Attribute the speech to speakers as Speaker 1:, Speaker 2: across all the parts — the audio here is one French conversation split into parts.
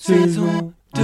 Speaker 1: saison 2.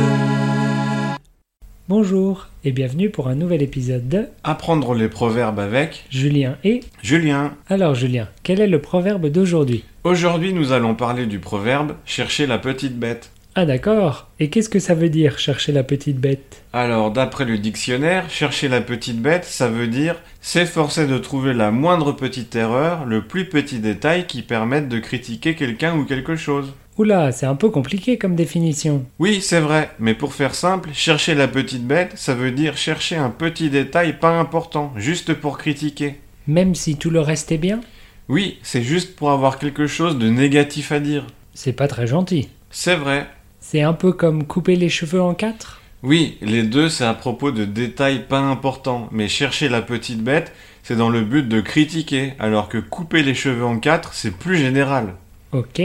Speaker 2: Bonjour et bienvenue pour un nouvel épisode de
Speaker 1: Apprendre les proverbes avec
Speaker 2: Julien et...
Speaker 1: Julien.
Speaker 2: Alors Julien, quel est le proverbe d'aujourd'hui
Speaker 1: Aujourd'hui, nous allons parler du proverbe chercher la petite bête.
Speaker 2: Ah d'accord, et qu'est-ce que ça veut dire chercher la petite bête
Speaker 1: Alors, d'après le dictionnaire, chercher la petite bête, ça veut dire s'efforcer de trouver la moindre petite erreur, le plus petit détail qui permette de critiquer quelqu'un ou quelque chose.
Speaker 2: Oula, c'est un peu compliqué comme définition.
Speaker 1: Oui, c'est vrai, mais pour faire simple, chercher la petite bête, ça veut dire chercher un petit détail pas important, juste pour critiquer.
Speaker 2: Même si tout le reste est bien,
Speaker 1: Oui, c'est juste pour avoir quelque chose de négatif à dire.
Speaker 2: c'est pas très gentil.
Speaker 1: C'est vrai.
Speaker 2: C'est un peu comme couper les cheveux en quatre
Speaker 1: Oui, les deux, c'est à propos de détails pas importants, mais chercher la petite bête, c'est dans le but de critiquer, alors que couper les cheveux en quatre, c'est plus général.
Speaker 2: Ok.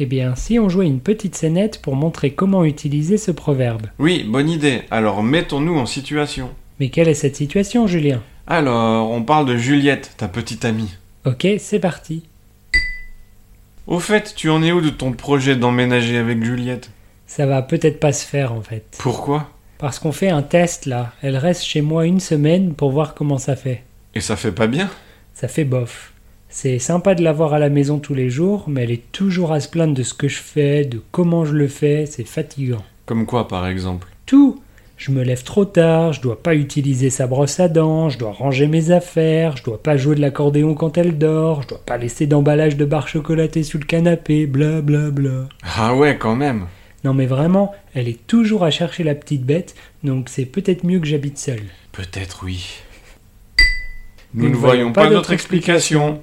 Speaker 2: Eh bien, si on jouait une petite scénette pour montrer comment utiliser ce proverbe.
Speaker 1: Oui, bonne idée, alors mettons-nous en situation.
Speaker 2: Mais quelle est cette situation, Julien
Speaker 1: Alors, on parle de Juliette, ta petite amie.
Speaker 2: Ok, c'est parti.
Speaker 1: Au fait, tu en es où de ton projet d'emménager avec Juliette
Speaker 2: Ça va peut-être pas se faire en fait.
Speaker 1: Pourquoi
Speaker 2: Parce qu'on fait un test là. Elle reste chez moi une semaine pour voir comment ça fait.
Speaker 1: Et ça fait pas bien
Speaker 2: Ça fait bof. C'est sympa de la voir à la maison tous les jours, mais elle est toujours à se plaindre de ce que je fais, de comment je le fais, c'est fatigant.
Speaker 1: Comme quoi, par exemple
Speaker 2: Tout Je me lève trop tard, je dois pas utiliser sa brosse à dents, je dois ranger mes affaires, je dois pas jouer de l'accordéon quand elle dort, je dois pas laisser d'emballage de barres chocolatées sous le canapé, bla bla bla.
Speaker 1: Ah ouais, quand même
Speaker 2: Non mais vraiment, elle est toujours à chercher la petite bête, donc c'est peut-être mieux que j'habite seule.
Speaker 1: Peut-être oui. Nous, ne voyons pas d'autre explication.